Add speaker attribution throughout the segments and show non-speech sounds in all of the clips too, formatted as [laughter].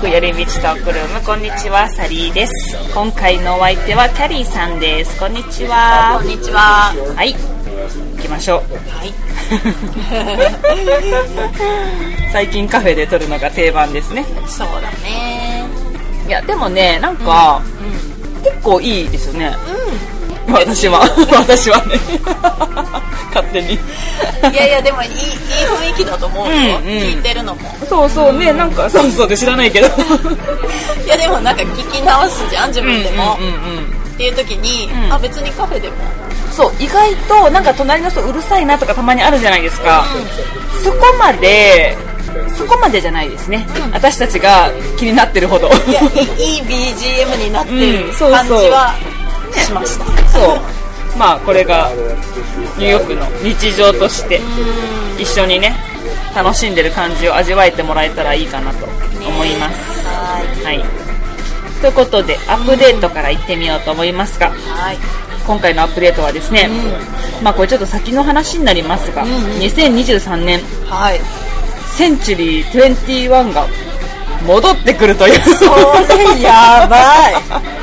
Speaker 1: く寄り道トークルームこんにちはサリーです今回のお相手はキャリーさんですこんにちは
Speaker 2: こんにちは。
Speaker 1: はい行きましょう
Speaker 2: はい。
Speaker 1: [laughs] 最近カフェで撮るのが定番ですね
Speaker 2: そうだね。
Speaker 1: いやでもねなんか、結構いいですよねうん私は [laughs] 私はね勝手 [laughs] に
Speaker 2: いやいや、でもいい、いい雰囲気だと思うよ。
Speaker 1: うんうん
Speaker 2: 聞いてるのも。
Speaker 1: そうそうねなんかそうそうで知らないけど
Speaker 2: いや、でもなんか聞き直すじゃん、自
Speaker 1: うんうん
Speaker 2: 分でも。
Speaker 1: うんうん
Speaker 2: っていう時に、
Speaker 1: ん
Speaker 2: あ、別にカフェでも。
Speaker 1: そう意外となんか隣の人うるさいなとかたまにあるじゃないですか、そこまでそこまでじゃないですね、私たちが気になってるほど
Speaker 2: いや、いいいい BGM になって
Speaker 1: うん
Speaker 2: る
Speaker 1: そうそう
Speaker 2: 感じはしました。
Speaker 1: [laughs] そうまあこれがニューヨークの日常として一緒にね楽しんでる感じを味わえてもらえたらいいかなと思います、
Speaker 2: は
Speaker 1: はいということでアップデートからいってみようと思いますが
Speaker 2: い。はい。
Speaker 1: 今回のアップデートはですね、まあこれちょっと先の話になりますが、2023年
Speaker 2: はい。
Speaker 1: センチュリー21が戻ってくるという
Speaker 2: それやばい。
Speaker 1: [laughs]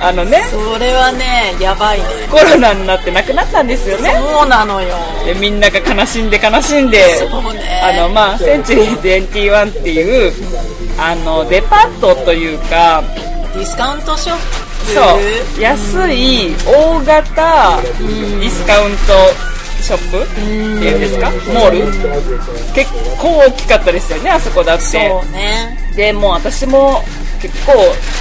Speaker 1: あのね
Speaker 2: それはね、やばいね。
Speaker 1: コロナになってなくなったんですよね
Speaker 2: そうなのよ。
Speaker 1: でみんなが悲しんで悲しんで
Speaker 2: そうね。
Speaker 1: あのまあセンチュリー21っていうあのデパートというか
Speaker 2: ディスカウントショップ。
Speaker 1: そう安い大型ディスカウントショップっていうんですかモール結構大きかったですよねあそこだって
Speaker 2: そうね。
Speaker 1: でもう私も結構、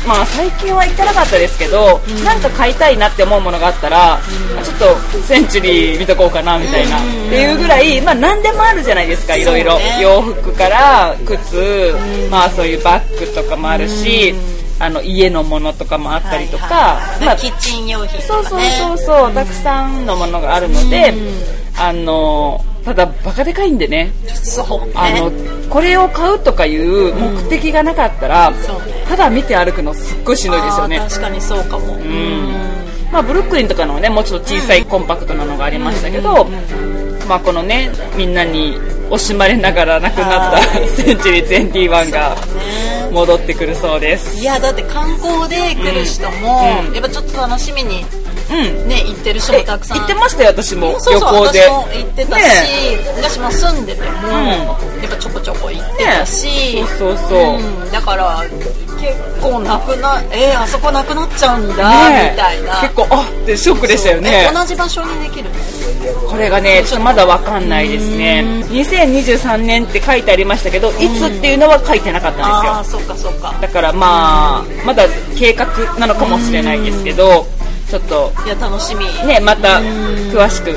Speaker 1: まあ、最近は行ってなかったですけど、なんか買いたいなって思うものがあったら、ちょっとセンチュリー見とこうかなみたいな、っていうぐらい、まあ、何でもあるじゃないですかいろいろ、
Speaker 2: そうね
Speaker 1: 洋服から靴、まあ、そういうバッグとかもあるし、あの家のものとかもあったりとか、
Speaker 2: はいはい
Speaker 1: ま
Speaker 2: は
Speaker 1: あ
Speaker 2: いキッチン用品とか
Speaker 1: そう
Speaker 2: ね
Speaker 1: そうそうそう、たくさんのものがあるので、あのただバカでかいんでね
Speaker 2: そうね
Speaker 1: あのこれを買うとかいう目的がなかったら、
Speaker 2: そうね
Speaker 1: ただ見て歩くのすっごいしんどいですよね
Speaker 2: あー確かにそうかも、
Speaker 1: まあ、ブルックリンとかのねもうちょっと小さいコンパクトなのがありましたけど、まあ、このねみんなに惜しまれながら亡くなったセンチュリー21が戻ってくるそうです
Speaker 2: いやだって観光で来る人も、やっぱちょっと楽しみに
Speaker 1: うん
Speaker 2: ね行ってる人
Speaker 1: え
Speaker 2: もたくさん
Speaker 1: 行ってましたよ私も
Speaker 2: そうそ
Speaker 1: 旅行
Speaker 2: う
Speaker 1: で
Speaker 2: 私も行ってたし、私も住んでても、やっぱちょこちょこ行ってたし、
Speaker 1: ねそうそうそう、
Speaker 2: うん、だから結構なくなえー、あそこなくなっちゃうんだ、
Speaker 1: ね
Speaker 2: みたいな
Speaker 1: 結構あってショックでしたよね
Speaker 2: そうえ同じ場所にできるの
Speaker 1: これがねちょっとまだわかんないですね2023年って書いてありましたけどいつっていうのは書いてなかったんですよ
Speaker 2: ああーそうかそうか
Speaker 1: だからまあまだ計画なのかもしれないですけどちょっと
Speaker 2: いや楽しみ
Speaker 1: ねまた詳しく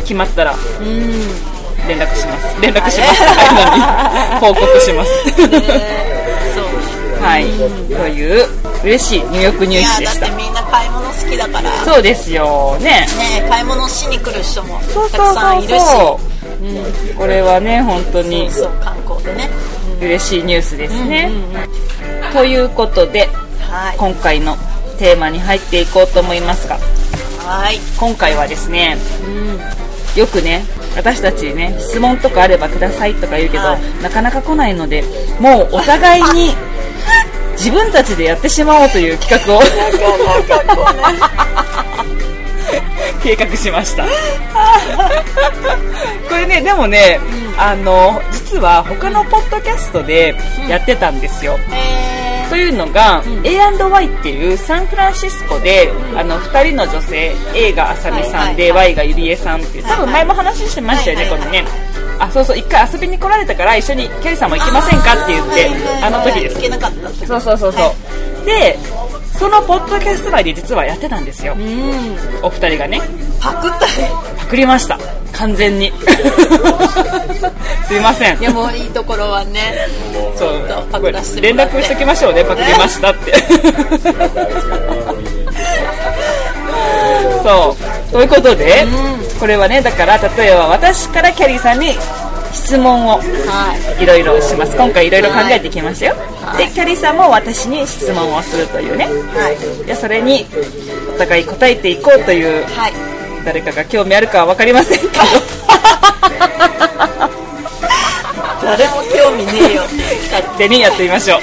Speaker 1: 決まったら連絡します連絡し
Speaker 2: [laughs]
Speaker 1: ますはい何報告します [laughs]
Speaker 2: ねそう
Speaker 1: はいという嬉しい入浴
Speaker 2: い
Speaker 1: 入
Speaker 2: や
Speaker 1: 試で
Speaker 2: だ
Speaker 1: し
Speaker 2: ったてみんな買い物好きだから
Speaker 1: そうですよね
Speaker 2: ね買い物しに来る人も
Speaker 1: そう
Speaker 2: た
Speaker 1: そ
Speaker 2: く
Speaker 1: う
Speaker 2: さ
Speaker 1: そ
Speaker 2: ん
Speaker 1: う
Speaker 2: いるし
Speaker 1: そう、うん、これはね本当に
Speaker 2: そう観光でね
Speaker 1: 嬉しいニュースですね、ということで
Speaker 2: はい
Speaker 1: 今回のテーマに入っていこうと思いますが
Speaker 2: はい
Speaker 1: 今回はですね、よくね私たちにね質問とかあればくださいとか言うけど、
Speaker 2: は
Speaker 1: なかなか来ないのでもうお互い [laughs] に自分たちでやってしまおうという企画を [laughs] 計画しました [laughs] これねでもね、あの実は他のポッドキャストでやってたんですよ、
Speaker 2: え
Speaker 1: というのが、A&Y っていうサンフランシスコで、あの2人の女性 A があさみさんで、
Speaker 2: は
Speaker 1: Y がゆりえさんっていう多分前も話してましたよね、
Speaker 2: はいはい
Speaker 1: このねあそうそう1回遊びに来られたから一緒にキャリーさんも行きませんかって言ってあ,、の時です
Speaker 2: 聞けなかった
Speaker 1: そうそうそうそう、
Speaker 2: は
Speaker 1: でそのポッドキャスト内で実はやってたんですよ、
Speaker 2: うん
Speaker 1: お二人がね
Speaker 2: パクったね
Speaker 1: パクりました完全
Speaker 2: [laughs]
Speaker 1: にすいません
Speaker 2: いやもういいところはね
Speaker 1: そう
Speaker 2: ちょっとパクらせて
Speaker 1: 連
Speaker 2: もらって
Speaker 1: 絡しておきましょうねパクりましたって
Speaker 2: [laughs]
Speaker 1: そうということで、これはねだから例えば私からキャリーさんに質問を
Speaker 2: はい
Speaker 1: いろいろします今回いろいろ考えてきましたよ、でキャリーさんも私に質問をするというね
Speaker 2: はい
Speaker 1: でそれにお互い答えていこうという
Speaker 2: はい
Speaker 1: 誰かが興味あるかは分かりませんけ
Speaker 2: [laughs]
Speaker 1: ど
Speaker 2: 誰も興味ねえよって言った
Speaker 1: 勝手にやってみましょ
Speaker 2: [laughs]
Speaker 1: う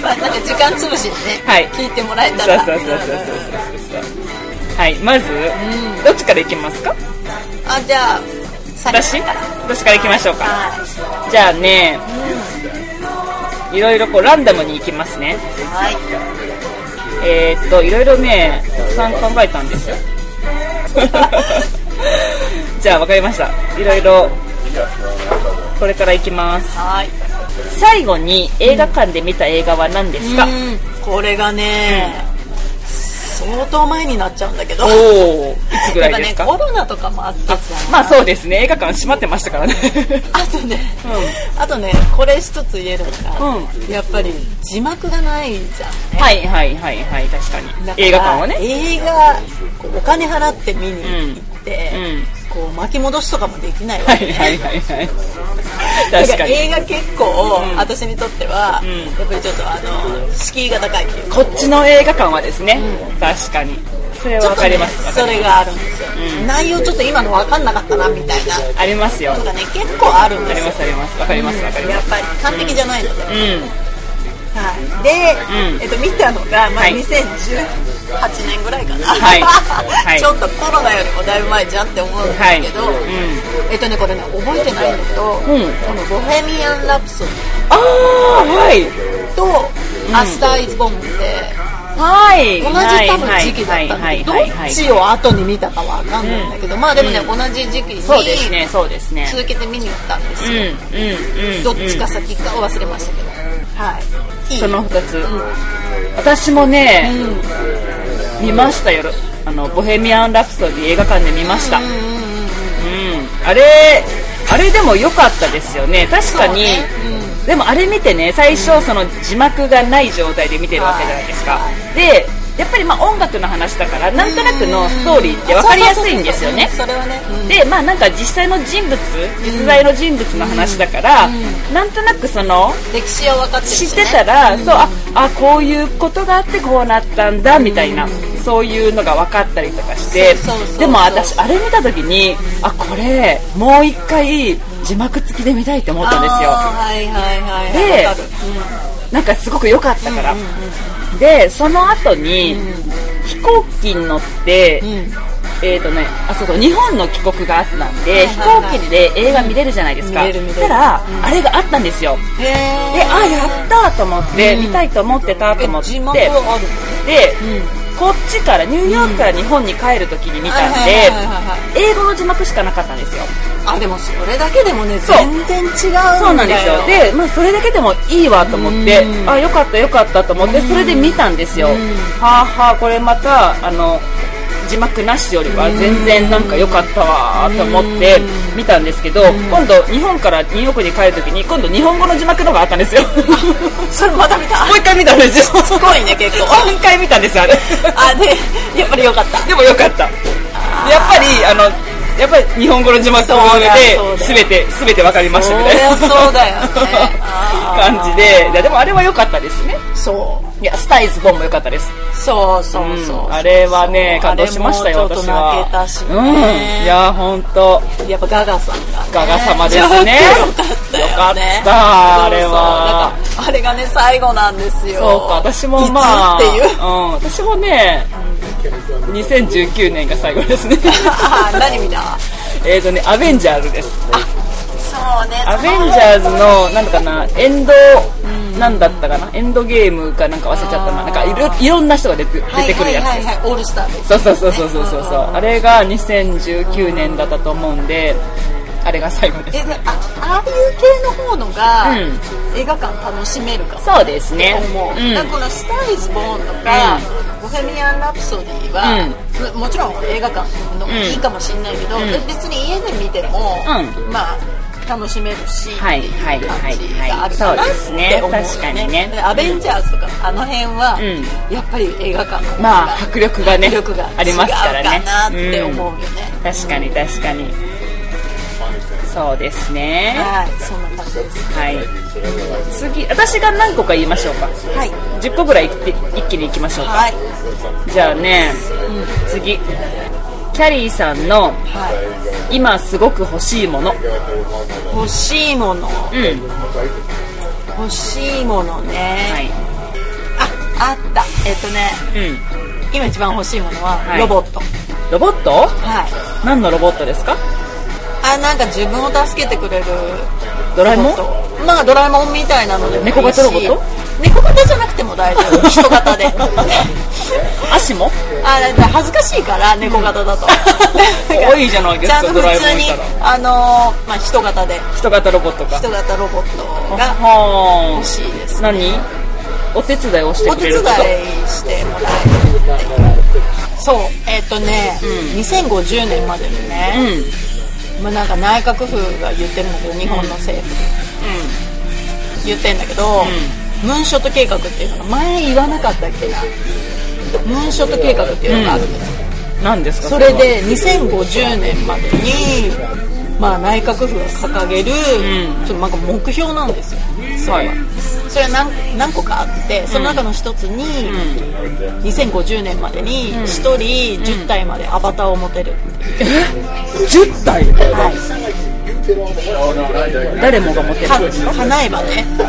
Speaker 2: まあなんか時間潰しにね、
Speaker 1: はい
Speaker 2: 聞いてもらえ
Speaker 1: そ
Speaker 2: た
Speaker 1: う
Speaker 2: ら
Speaker 1: そうそうそうそうそうそうはいまず、どっちからいきますか
Speaker 2: あじゃあさ
Speaker 1: 私
Speaker 2: から
Speaker 1: 私からいきましょうか
Speaker 2: は
Speaker 1: じゃあねいろいろこうランダムに行きますね
Speaker 2: いはい
Speaker 1: えー、っといろいろねたくさん考えたんですよ [laughs] じゃあわかりましたいろいろこれからいきます
Speaker 2: はい
Speaker 1: 最後に映画館で見た映画は何ですか、
Speaker 2: うんこれがね、相当前になっちゃうんだけど
Speaker 1: おおいつぐら
Speaker 2: や
Speaker 1: い
Speaker 2: っぱ
Speaker 1: です
Speaker 2: ね
Speaker 1: か
Speaker 2: コロナとかもあったじゃん
Speaker 1: まあそうですね映画館閉まってましたからね
Speaker 2: あとね、あとねこれ一つ言えるのが、やっぱり字幕がないじゃん
Speaker 1: はい [laughs] はいはいはい確かに
Speaker 2: だから
Speaker 1: 映画館はね
Speaker 2: 映画こうお金払って見に行って、
Speaker 1: うんうん
Speaker 2: こう巻き戻しとかもできないわ
Speaker 1: は
Speaker 2: け、
Speaker 1: い
Speaker 2: ね
Speaker 1: はいはいはい
Speaker 2: だ
Speaker 1: 確
Speaker 2: か
Speaker 1: からに
Speaker 2: 映画結構、私にとっては、
Speaker 1: ん
Speaker 2: やっぱりちょっとあの敷居が高いっていうか
Speaker 1: こっちの映画館はですね、確かにそれ
Speaker 2: ち
Speaker 1: は
Speaker 2: ょっ
Speaker 1: わ
Speaker 2: と
Speaker 1: か
Speaker 2: ね
Speaker 1: りますわかり
Speaker 2: そ
Speaker 1: ます
Speaker 2: れがあるんですよ、内容ちょっと今の分かんなかったなみたいな
Speaker 1: ありますよ
Speaker 2: とかね結構あるん
Speaker 1: あ
Speaker 2: で
Speaker 1: り
Speaker 2: すよ
Speaker 1: ますありますわかりますわかりま
Speaker 2: やっ
Speaker 1: す
Speaker 2: ぱり完璧じゃないので、
Speaker 1: うん
Speaker 2: はい、で、
Speaker 1: うん
Speaker 2: えっと、見たのが、まあ、
Speaker 1: はい
Speaker 2: 2018年ぐらいかな、 [laughs]
Speaker 1: はいはい
Speaker 2: ちょっとコロナよりもだいぶ前じゃんって思うんですけど、
Speaker 1: はい
Speaker 2: えっとねこれね覚えてないんだけど、
Speaker 1: ん
Speaker 2: この「ボヘミアン・ラプソデ
Speaker 1: ああはい
Speaker 2: ィ」と「アスター・イズ・ボーン」って
Speaker 1: はい
Speaker 2: 同じ多分時期だったんだけどどっちを後に見たかわかんないんだけど、まあでもね、
Speaker 1: う
Speaker 2: 同じ時期に
Speaker 1: そうですねそうですね
Speaker 2: 続けて見に行ったんです
Speaker 1: うんう
Speaker 2: よ、
Speaker 1: んうん
Speaker 2: どっちか先か忘れましたけど、はいいい
Speaker 1: その2つ、
Speaker 2: ん
Speaker 1: 私もね、見ましたよあの「ボヘミアン・ラプソディ」映画館で見ました、うんあれあれでも良かったですよね確かに、
Speaker 2: そうね
Speaker 1: でもあれ見てね最初その字幕がない状態で見てるわけじゃないですか、でやっぱりまあ音楽の話だからなんとなくのストーリーって分かりやすいんですよね
Speaker 2: そうそうそうそうそれはね、うん
Speaker 1: でまあなんか実際の人物実在の人物の話だから、なんとなくその
Speaker 2: 歴史は分かってるし、
Speaker 1: 知
Speaker 2: ね、
Speaker 1: ってたら、そうああこういうことがあってこうなったんだみたいな、そういうのが分かったりとかして
Speaker 2: そうそうそう
Speaker 1: でも私あれ見た時にあこれもう一回字幕付きで見たいって思ったんですよ
Speaker 2: あーはいはいはい
Speaker 1: で
Speaker 2: わかる
Speaker 1: なんかすごく良かったから、でその後に、飛行機に乗って、
Speaker 2: ん
Speaker 1: えーとね、あそうそう日本の帰国があったんで、
Speaker 2: はいはいはい
Speaker 1: 飛行機で映画見れるじゃないですか、
Speaker 2: うん見れる見れる
Speaker 1: たら、あれがあったんですよ
Speaker 2: へえ
Speaker 1: であやったと思って、見たいと思ってたと思って
Speaker 2: 字幕はある
Speaker 1: で、こっちからニューヨークから日本に帰る時に見たんで、
Speaker 2: はいはいはいはいはい
Speaker 1: 英語の字幕しかなかったんですよ
Speaker 2: あでもそれだけでもね
Speaker 1: そう
Speaker 2: 全然違うんだよ
Speaker 1: そうなんですよで、まあ、それだけでもいいわと思ってあよかったよかったと思ってそれで見たんですよはあはあこれまたあの字幕なしよりは全然なんか良かったわと思って見たんですけど今度日本からニューヨークに帰る時に今度日本語の字幕のがあったんですよも
Speaker 2: それまた見
Speaker 1: [laughs]
Speaker 2: た
Speaker 1: う一回見たんですよ
Speaker 2: すごいね
Speaker 1: [laughs]
Speaker 2: 結構
Speaker 1: 3回見たんですよあれ
Speaker 2: あでやっぱりよかった
Speaker 1: でもよかった。やっぱり、あの、やっぱり日本語の字幕を
Speaker 2: そう
Speaker 1: 上
Speaker 2: だそう
Speaker 1: げ
Speaker 2: だ
Speaker 1: て、すべて、すべてわかりまし
Speaker 2: そ
Speaker 1: たみ
Speaker 2: り
Speaker 1: たい
Speaker 2: ゃ
Speaker 1: な
Speaker 2: そうだよねあ
Speaker 1: 感じで、いやでもあれは良かったですね。
Speaker 2: ーそう
Speaker 1: いや、スタイズボンも良かったです。
Speaker 2: そうそうそうそう、
Speaker 1: うんあれはね、感動しましたよ、
Speaker 2: あれも
Speaker 1: 私
Speaker 2: ちょっと
Speaker 1: は
Speaker 2: 泣けたし、。ね
Speaker 1: うん。いや、本当
Speaker 2: やっぱガガさんが、ね、
Speaker 1: ガガ様ですね
Speaker 2: よかったよ、ね、
Speaker 1: よかったあれは
Speaker 2: そうそうなんかあれがね最後なんですよ
Speaker 1: そうか、私もまあ、
Speaker 2: いつっていう
Speaker 1: うん、私もね、2019年が最後
Speaker 2: [laughs]
Speaker 1: ですね。
Speaker 2: あ [laughs] 何見た
Speaker 1: えっとね、アベンジャーズです。
Speaker 2: そうね
Speaker 1: アベンジャーズの、なんだかな、エンド、なんだったかな、エンドゲームかなんか忘れちゃったな、なんかいろいろんな人が出て出てくるやつ
Speaker 2: はい
Speaker 1: で
Speaker 2: はいはいはい、オールスターです
Speaker 1: す。そうそうそうそうそうそう、あれが2019年だったと思うんで、あれが最後で
Speaker 2: え
Speaker 1: す。
Speaker 2: であああいう系の方のが、
Speaker 1: うん
Speaker 2: 映画館楽しめるかも
Speaker 1: そうですね。
Speaker 2: 思う、
Speaker 1: うん
Speaker 2: だからこの「スタイズ・ボーン」とか「ボヘミアン・ラプソディは」ももちろん映画館のもいいかもしれないけど、
Speaker 1: ん
Speaker 2: 別に家で見ても、
Speaker 1: うん
Speaker 2: まあ楽しめるし、
Speaker 1: はい
Speaker 2: っていう感じがある
Speaker 1: は
Speaker 2: か
Speaker 1: いはいはい
Speaker 2: なっ
Speaker 1: そうで
Speaker 2: て
Speaker 1: すね
Speaker 2: 思うよね
Speaker 1: 確かにね
Speaker 2: でアベンジャーズとかあの辺は、
Speaker 1: う
Speaker 2: やっぱり映画館の方が
Speaker 1: まあ、迫力がね、
Speaker 2: 迫力が
Speaker 1: ありますからね。
Speaker 2: 違うかなって思うよね、
Speaker 1: うん確かに確かに。そうですね。
Speaker 2: はいそんな感じです
Speaker 1: はい。次、私が何個か言いましょうか。
Speaker 2: はい
Speaker 1: 10個ぐらいいって一気にいきましょうか。
Speaker 2: はい
Speaker 1: じゃあね、次キャリーさんの
Speaker 2: はい
Speaker 1: 今すごく欲しいもの
Speaker 2: 欲しいもの
Speaker 1: うん
Speaker 2: 欲しいもの
Speaker 1: は
Speaker 2: ね、
Speaker 1: い
Speaker 2: ああったえっとね
Speaker 1: うん
Speaker 2: 今一番欲しいものは
Speaker 1: はい
Speaker 2: ロボット
Speaker 1: ロボット
Speaker 2: はい、
Speaker 1: 何のロボットですか
Speaker 2: あなんか自分を助けてくれる
Speaker 1: ドラえもん
Speaker 2: ロボットまあドラえもんみたいなのでもいいし
Speaker 1: 猫型ロボット
Speaker 2: 猫型じゃなくても大丈夫人型で [laughs]
Speaker 1: 足も
Speaker 2: あだって恥ずかしいから猫型だと、
Speaker 1: [laughs] 多いじゃないですか
Speaker 2: ちゃんと
Speaker 1: ドラえ
Speaker 2: 普
Speaker 1: もん
Speaker 2: 通
Speaker 1: い
Speaker 2: に
Speaker 1: たら
Speaker 2: あのーまあ人型で
Speaker 1: 人型ロボットか
Speaker 2: 人型ロボットが
Speaker 1: は
Speaker 2: 欲しいです
Speaker 1: あ何お手伝いをして
Speaker 2: お
Speaker 1: く
Speaker 2: 手
Speaker 1: れ
Speaker 2: 伝
Speaker 1: る
Speaker 2: い
Speaker 1: こと
Speaker 2: してもらえるってそうえっ、とね、2050年までにね、
Speaker 1: うん
Speaker 2: まあ、なんか内閣府が言ってるんだけど日本の政府言ってんだけど、ムーンショット計画っていうのが前言わなかったっけなムーンショット計画っていうのがあるんです、
Speaker 1: うん何ですか
Speaker 2: それで2050年までに、まあ、内閣府が掲げる、
Speaker 1: うん
Speaker 2: ちょっとなんか目標なんですよ
Speaker 1: それははい
Speaker 2: それは何何個かあってその中の一つに、2050年までに1人10体までアバターを持てる、
Speaker 1: 10体
Speaker 2: はい、
Speaker 1: 誰もが持てるんです
Speaker 2: か叶えばね [laughs]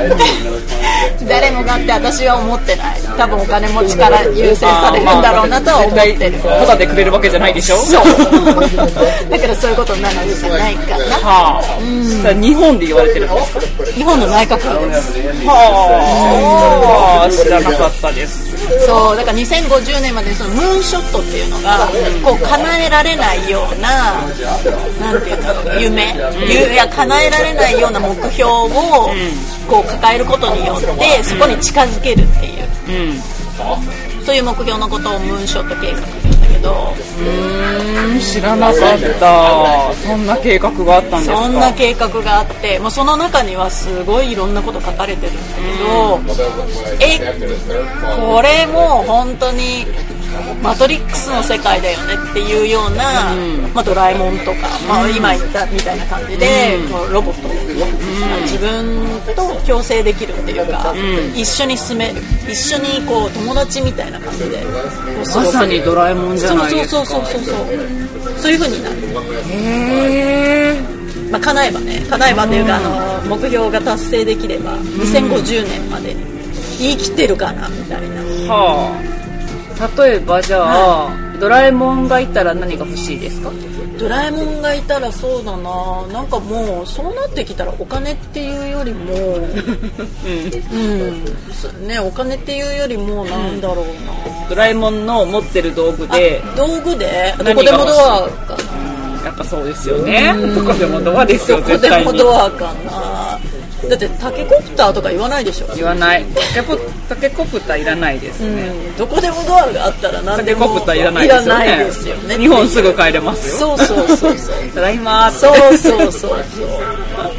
Speaker 2: 誰もがって私は思ってない多分お金持ちから優先されるんだろうなとは思ってる
Speaker 1: 絶対ただでくれるわけじゃないでしょ
Speaker 2: そうだからそういうことになるんじゃないかな
Speaker 1: はあそれは日本で言われてるんですか
Speaker 2: 日本の内閣府です
Speaker 1: はあ知らなかったです
Speaker 2: そうだから2050年までにそのムーンショットっていうのがこう叶えられないようななんていうんだろう夢、ゆいや叶えられないような目標をこう抱えることによってそこに近づけるっていう。
Speaker 1: う
Speaker 2: そういう目標のことをムーンショット計画って言うんだけど
Speaker 1: ん知らなかったそんな計画があったんですか
Speaker 2: そんな計画があってもうその中にはすごいいろんなこと書かれてるんだけどえこれもう本当に「マトリックス」の世界だよねっていうような、まあ、ドラえもんとか、まあ、今言ったみたいな感じで、こうロボットを、自分と共生できるっていうか、一緒に住める一緒にこう友達みたいな感じでこう過ごせる
Speaker 1: まさにドラえもんじゃないですか
Speaker 2: そうそうそうそうそうそういう風になる
Speaker 1: へえ
Speaker 2: まあ、叶えばね叶えばというか、あの目標が達成できれば2050年までに言い切ってるかなみたいな
Speaker 1: はあ例えばじゃあ、ドラえもんがいたら何が欲しいですか
Speaker 2: ドラえもんがいたらそうだななんかもうそうなってきたらお金って [laughs] いうよりもうん、そうねお金っていうよりもなんだろうな、
Speaker 1: ドラえもんの持ってる道具で
Speaker 2: あ道具で
Speaker 1: 何が
Speaker 2: どこでもドアかな
Speaker 1: やっぱそうですよねどこでもドアですよ
Speaker 2: どこ
Speaker 1: 絶
Speaker 2: で
Speaker 1: 対
Speaker 2: も
Speaker 1: に
Speaker 2: ドアかなだってタケコプターとか言わないでしょ
Speaker 1: 言わないタケコタケコプターいらないですね、
Speaker 2: うんどこでもドアがあったら何
Speaker 1: タ
Speaker 2: で
Speaker 1: ケ
Speaker 2: も
Speaker 1: コプターいらないですよね
Speaker 2: いらないですよね
Speaker 1: 日本すぐ帰れますよ
Speaker 2: そうそうそうそう
Speaker 1: ただいまーって
Speaker 2: そうそうそうそう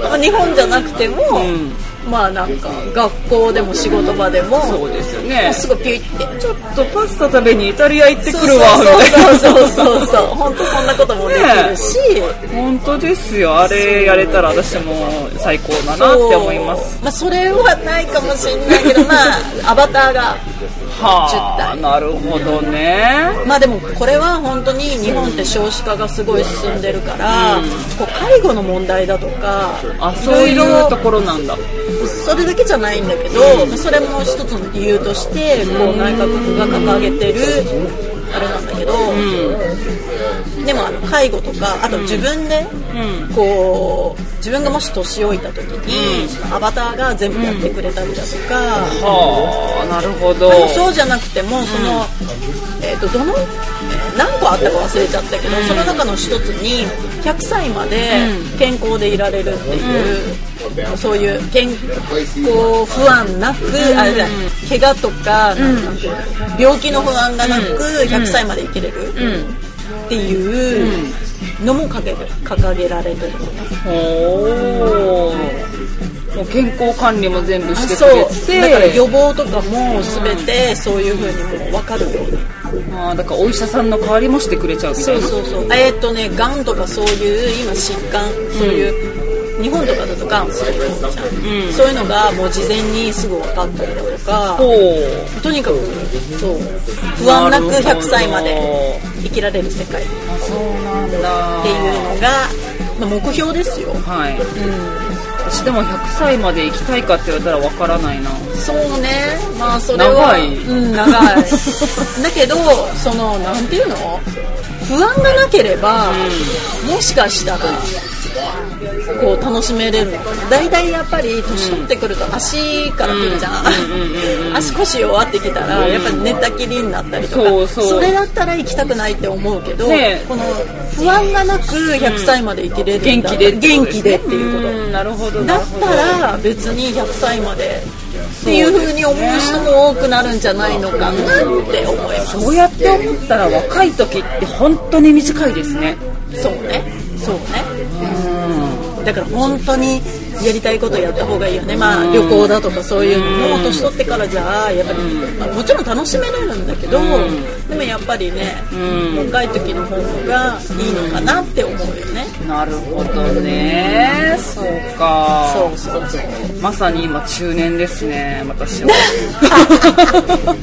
Speaker 2: まあ日本じゃなくても、
Speaker 1: ん
Speaker 2: まあなんか学校でも仕事場でも
Speaker 1: そうですよね
Speaker 2: すぐピュイってちょっ
Speaker 1: ちょっとパスタ食べにイタリア行って
Speaker 2: と
Speaker 1: くるわみたいな
Speaker 2: そうそうそうそうそう本当そんなこともできるし、
Speaker 1: 本当ですよあれやれたら私も最高だなって思います
Speaker 2: そうまあ、それはないかもしれないけどまあアバターが
Speaker 1: はあ
Speaker 2: 10体
Speaker 1: なるほどね
Speaker 2: まあでもこれは本当に日本って少子化がすごい進んでるから、こう介護の問題だとか
Speaker 1: あそう
Speaker 2: い
Speaker 1: い
Speaker 2: ろいろ
Speaker 1: うところなんだ
Speaker 2: それだけじゃないんだけど、それも一つの理由としてこう内閣府が掲げてるあれなんだけど、でもあの介護とかあと自分で、こう自分がもし年老いた時に、そのアバターが全部やってくれたりだとか。
Speaker 1: はあなるほど
Speaker 2: でもそうじゃなくてもその、えー、とどのえー何個あったか忘れちゃったけど、その中の一つに100歳まで健康でいられるっていう、そういう健康不安なく、あれだ怪我とかなんか病気の不安がなく100歳まで生きれるっていうのも掲げ掲げられてるのね。
Speaker 1: ほうもう健康管理も全部してく
Speaker 2: そう
Speaker 1: れて
Speaker 2: だから予防とかも全てそういう風にもう分かるように
Speaker 1: ああだからお医者さんの代わりもしてくれちゃうみた
Speaker 2: そ
Speaker 1: いうな
Speaker 2: そうそうえーっとねがんとかそういう今疾患そういう、日本とかだとがんするじゃん、そういうのがもう事前にすぐ分かったりだとか
Speaker 1: ほ
Speaker 2: とにかくそう不安なく
Speaker 1: なるほど
Speaker 2: 100歳まで生きられる世界っていう
Speaker 1: うなんだ
Speaker 2: のが、まあ、目標ですよ
Speaker 1: はい、私でも100歳まで生きたいかって言われたらわからないな
Speaker 2: そうねまあそれは
Speaker 1: 長い
Speaker 2: うん、長いだけどそのなんていうの不安がなければ、もしかしたらこう楽しめれるのかな大体やっぱり年取ってくると足からくるじゃん、足腰弱ってきたら、やっぱり寝たきりになったりとか
Speaker 1: そうそう
Speaker 2: れだったら行きたくないって思うけど、
Speaker 1: ねえ
Speaker 2: この不安がなく100歳まで生きれるんだっ
Speaker 1: 元気
Speaker 2: たら、
Speaker 1: で
Speaker 2: 元気でっていうこと、
Speaker 1: うんなるほどな
Speaker 2: だ
Speaker 1: る
Speaker 2: っ
Speaker 1: ほど
Speaker 2: たら別に100歳までっていう風に思う人も多くなるんじゃないのかなって思います
Speaker 1: そうやって思ったら若い時って本当に短いですね
Speaker 2: そうねそうねだから本当にやりたいことやった方がいいよねまあ旅行だとかそういうのも年取ってからじゃあやっぱり、まあ、もちろん楽しめれるんだけどでもやっぱりね若い時の方がいいのかなって思うよね
Speaker 1: なるほどねそうか
Speaker 2: そうそうそう
Speaker 1: まさに今中年ですね私は
Speaker 2: [laughs]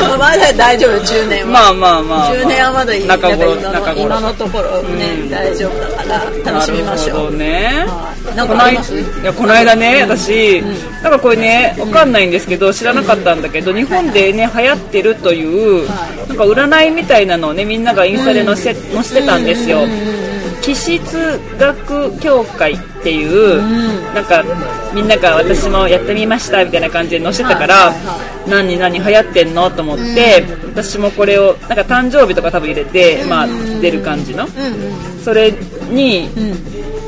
Speaker 2: まあまだ大丈夫10年は
Speaker 1: まあまあまあ、
Speaker 2: 10年はまだいいだか
Speaker 1: 中
Speaker 2: ら
Speaker 1: 頃
Speaker 2: 今
Speaker 1: 中
Speaker 2: の
Speaker 1: 頃
Speaker 2: 今のところね、大丈夫だから楽しみまし
Speaker 1: なる
Speaker 2: ょ
Speaker 1: ほ
Speaker 2: う、
Speaker 1: どね
Speaker 2: はいなんかあります
Speaker 1: いやこの間ね私なんかこれねわかんないんですけど知らなかったんだけど日本でね流行ってるというなんか占いみたいなのをねみんながインスタで載せ載せてたんですよ気質学協会っていうなんかみんなが私もやってみましたみたいな感じで載せてたから
Speaker 2: はいはい
Speaker 1: 何何流行ってんのと思って私もこれをなんか誕生日とか多分入れてまあ出る感じのそれに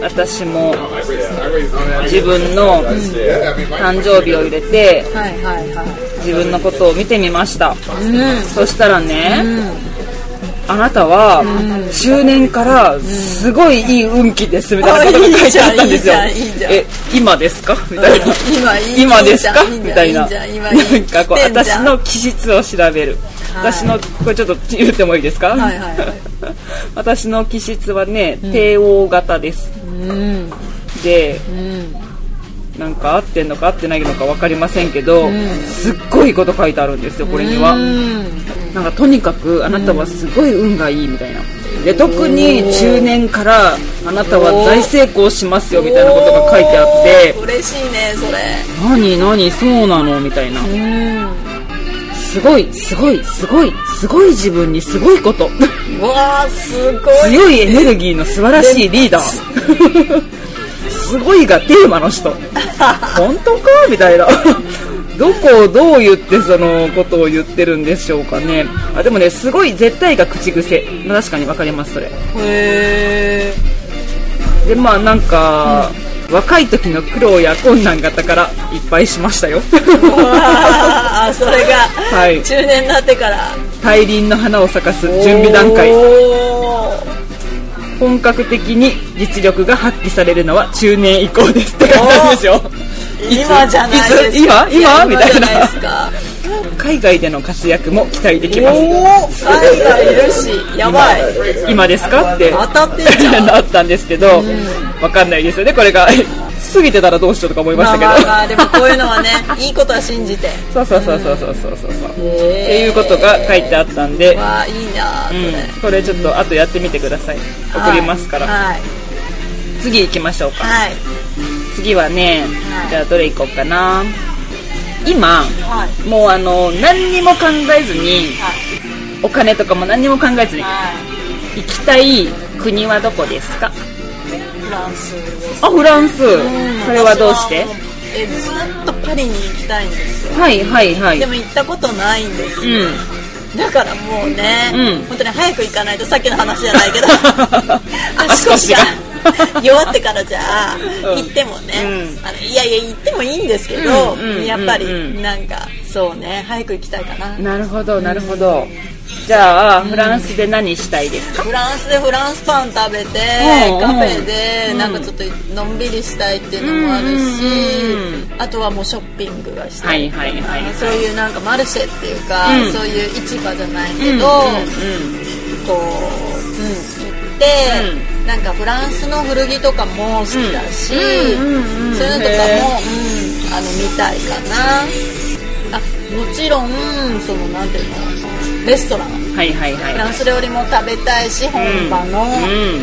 Speaker 1: 私も自分の誕生日を入れて
Speaker 2: はいはいはい
Speaker 1: 自分のことを見てみました
Speaker 2: うん
Speaker 1: そしたらねあなたは中年からすごいいい運気ですみたいなことが書いてあったんですよ
Speaker 2: あいいじゃんいいじゃんいい
Speaker 1: え今ですかみたいな
Speaker 2: 今いい
Speaker 1: 今ですか
Speaker 2: いいじゃん
Speaker 1: みたいな。
Speaker 2: いいじゃんいいじゃん今
Speaker 1: なんかこう、
Speaker 2: 生きてんじ
Speaker 1: 私
Speaker 2: ゃん
Speaker 1: の気質を調べる。
Speaker 2: はい
Speaker 1: 私の、これちょっと言ってもいいですか
Speaker 2: はいはいはい
Speaker 1: [laughs] 私の気質はね、帝王型です。
Speaker 2: うん
Speaker 1: で、
Speaker 2: うん
Speaker 1: なんか合ってんのか合ってないのか分かりませんけど、すっごいこと書いてあるんですよ、これには。なんかとにかくあなたはすごい運がいいみたいな。で特に中年からあなたは大成功しますよみたいなことが書いてあって
Speaker 2: おー嬉しいねそれ
Speaker 1: 何何そうなのみたいなすごいすごいすごいすごい自分にすごいこと
Speaker 2: うんわあすごい
Speaker 1: 強いエネルギーの素晴らしいリーダーすごいがテーマの人本当かみたいなどこをどう言ってそのことを言ってるんでしょうかねあでもねすごい絶対が口癖確かに分かりますそれ
Speaker 2: へ
Speaker 1: でまあなんか、若い時の苦労や困難が宝いっぱいしましたよ
Speaker 2: ーわあそれが、
Speaker 1: はい
Speaker 2: 中年になってから
Speaker 1: 大輪の花を咲かす準備段階
Speaker 2: おー
Speaker 1: 本格的に実力が発揮されるのは中年以降ですって書いてあるんですよ
Speaker 2: 今じゃないですか
Speaker 1: いつ今今
Speaker 2: や
Speaker 1: みたいな
Speaker 2: 今じゃないですか
Speaker 1: 海外での活躍も期待できます
Speaker 2: おお海外いるしやばい
Speaker 1: 今ですかって
Speaker 2: 当たってんじゃん
Speaker 1: なったんですけど、わかんないですよねこれが過ぎてたらどうしようとか思いましたけど、
Speaker 2: まあまあまあでもこういうのは
Speaker 1: [laughs]
Speaker 2: ねいいことは信じて
Speaker 1: そうそうそうそうそうそうそうそう
Speaker 2: へー
Speaker 1: っていうことが書いてあったんで、
Speaker 2: わあいいなあそれ、
Speaker 1: うんこれちょっと後やってみてください送りますから、
Speaker 2: はい
Speaker 1: 次行きましょうか
Speaker 2: はい
Speaker 1: 次はね、
Speaker 2: はい
Speaker 1: じゃあどれ行こうかな今
Speaker 2: はい
Speaker 1: もうあの何にも考えずに
Speaker 2: はい
Speaker 1: お金とかも何にも考えずに
Speaker 2: はい
Speaker 1: 行きたい国はどこですか
Speaker 2: フランスです
Speaker 1: あフランスそれはどうして
Speaker 2: 私はえずっとパリに行きたいんですよ
Speaker 1: はいはいはい
Speaker 2: でも行ったことないんです
Speaker 1: うん
Speaker 2: だからもうね、
Speaker 1: うん
Speaker 2: 本当に早く行かないとさっきの話じゃない
Speaker 1: [laughs]
Speaker 2: けど
Speaker 1: 足腰が
Speaker 2: 弱ってからじゃあ、
Speaker 1: ん
Speaker 2: 行ってもね、
Speaker 1: う
Speaker 2: あのいやいや行ってもいいんですけど、
Speaker 1: うんうん
Speaker 2: やっぱり
Speaker 1: うん
Speaker 2: なんかそうね早く行きたいかな、
Speaker 1: [laughs] なるほどなるほどじゃあフランスで何したいですか
Speaker 2: フランスでフランスパン食べて、
Speaker 1: うん
Speaker 2: カフェで
Speaker 1: うん
Speaker 2: なんかちょっとのんびりしたいっていうのもあるし、
Speaker 1: うんうん
Speaker 2: あとはもうショッピングがした
Speaker 1: はい
Speaker 2: い、
Speaker 1: はいはい
Speaker 2: そういうなんかマルシェっていうか、
Speaker 1: うん
Speaker 2: そういう市場じゃない
Speaker 1: うん
Speaker 2: け
Speaker 1: うん
Speaker 2: ど、こう、行って、なんかフランスの古着とかも好きだし、
Speaker 1: うんうんうん
Speaker 2: そういうのとかも、うん、あの見たいかなあもちろんそのなんていうのレストラン
Speaker 1: うんはいはいはい
Speaker 2: フランス料理も食べたいし本場の、
Speaker 1: うん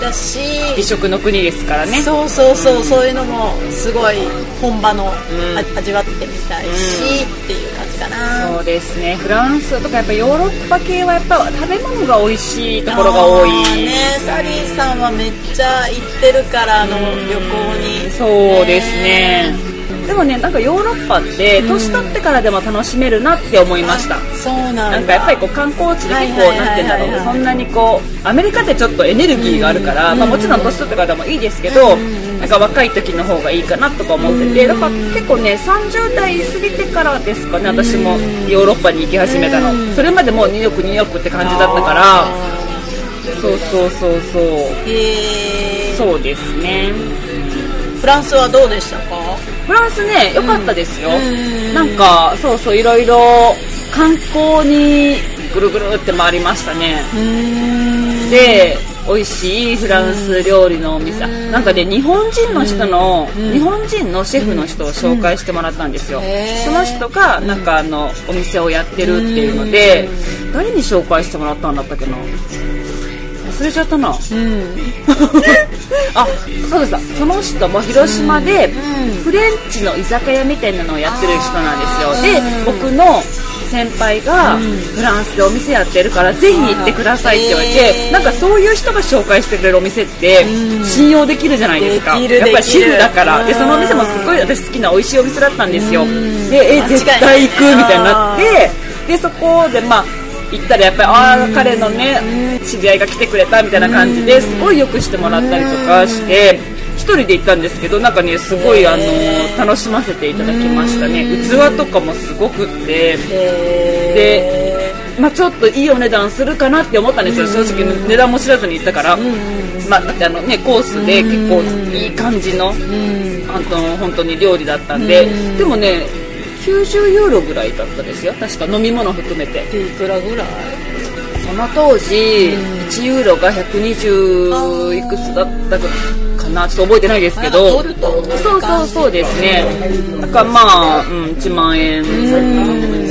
Speaker 2: でだし
Speaker 1: 美食の国ですからね
Speaker 2: そうそうそう、そういうのもすごい本場の、味わってみたいし、っていう感じかな
Speaker 1: そうですねフランスとかやっぱヨーロッパ系はやっぱ食べ物が美味しいところが多い
Speaker 2: ねサリーさんはめっちゃ行ってるからあの旅行に
Speaker 1: そうですねでもねなんかヨーロッパって年取ってからでも楽しめるなって思いました、
Speaker 2: そうなんだ
Speaker 1: なんかやっぱりこう観光地で結
Speaker 2: はい
Speaker 1: 構
Speaker 2: はい
Speaker 1: な
Speaker 2: は
Speaker 1: んて
Speaker 2: い
Speaker 1: 言うんだ
Speaker 2: はい
Speaker 1: ろ
Speaker 2: は
Speaker 1: う
Speaker 2: い
Speaker 1: そんなにこうアメリカってちょっとエネルギーがあるから、まあ、もちろん年取ってからでもいいですけど、なんか若い時の方がいいかなとか思ってて、だから結構ね30代過ぎてからですかね私もヨーロッパに行き始めたの、それまでもうニューヨークニューヨークって感じだったからそうそうそうそう
Speaker 2: え
Speaker 1: そうですね
Speaker 2: ー、フランスはどうでしたか
Speaker 1: フランスね良かったですよ、
Speaker 2: ん
Speaker 1: なんかそうそういろいろ観光にぐるぐるって回りましたね、
Speaker 2: うん
Speaker 1: で美味しいフランス料理のお店、あなんかね日本人の人の、日本人のシェフの人を紹介してもらったんですよ、
Speaker 2: へ
Speaker 1: そ
Speaker 2: ー
Speaker 1: の人がなんかあのお店をやってるっていうので、誰に紹介してもらったんだったっけな忘れちゃったな、あそうですその人も広島でフレンチの居酒屋みたいなのをやってる人なんですよで僕の先輩がフランスでお店やってるからぜひ行ってくださいって言われて
Speaker 2: へー
Speaker 1: なんかそういう人が紹介してくれるお店って信用できるじゃないですか
Speaker 2: できる
Speaker 1: やっぱり
Speaker 2: でき
Speaker 1: シ
Speaker 2: る
Speaker 1: ェフだからで
Speaker 2: うん
Speaker 1: そのお店もすごい私好きな美味しいお店だったんですよでえ
Speaker 2: 間違いない
Speaker 1: 絶対行くみたいになってでそこでまあ行ったらやっぱりああ彼のね知り合いが来てくれたみたいな感じですごいよくしてもらったりとかして一人で行ったんですけどなんかねすごいあの楽しませていただきましたね器とかもすごくって
Speaker 2: で
Speaker 1: まあ、ちょっといいお値段するかなって思ったんですよ、正直値段も知らずに行ったから、まあ、だってあの、ね、コースで結構いい感じの,、あの本当に料理だったんで、でもね90ユーロぐらいだったですよ確か飲み物含めて
Speaker 2: いくらぐらい
Speaker 1: その当時1ユーロが120いくつだったかなちょっと覚えてないですけ
Speaker 2: あ
Speaker 1: ど
Speaker 2: ドルと同じ感じ
Speaker 1: そうそうそうですねだからまあ、うん、1万円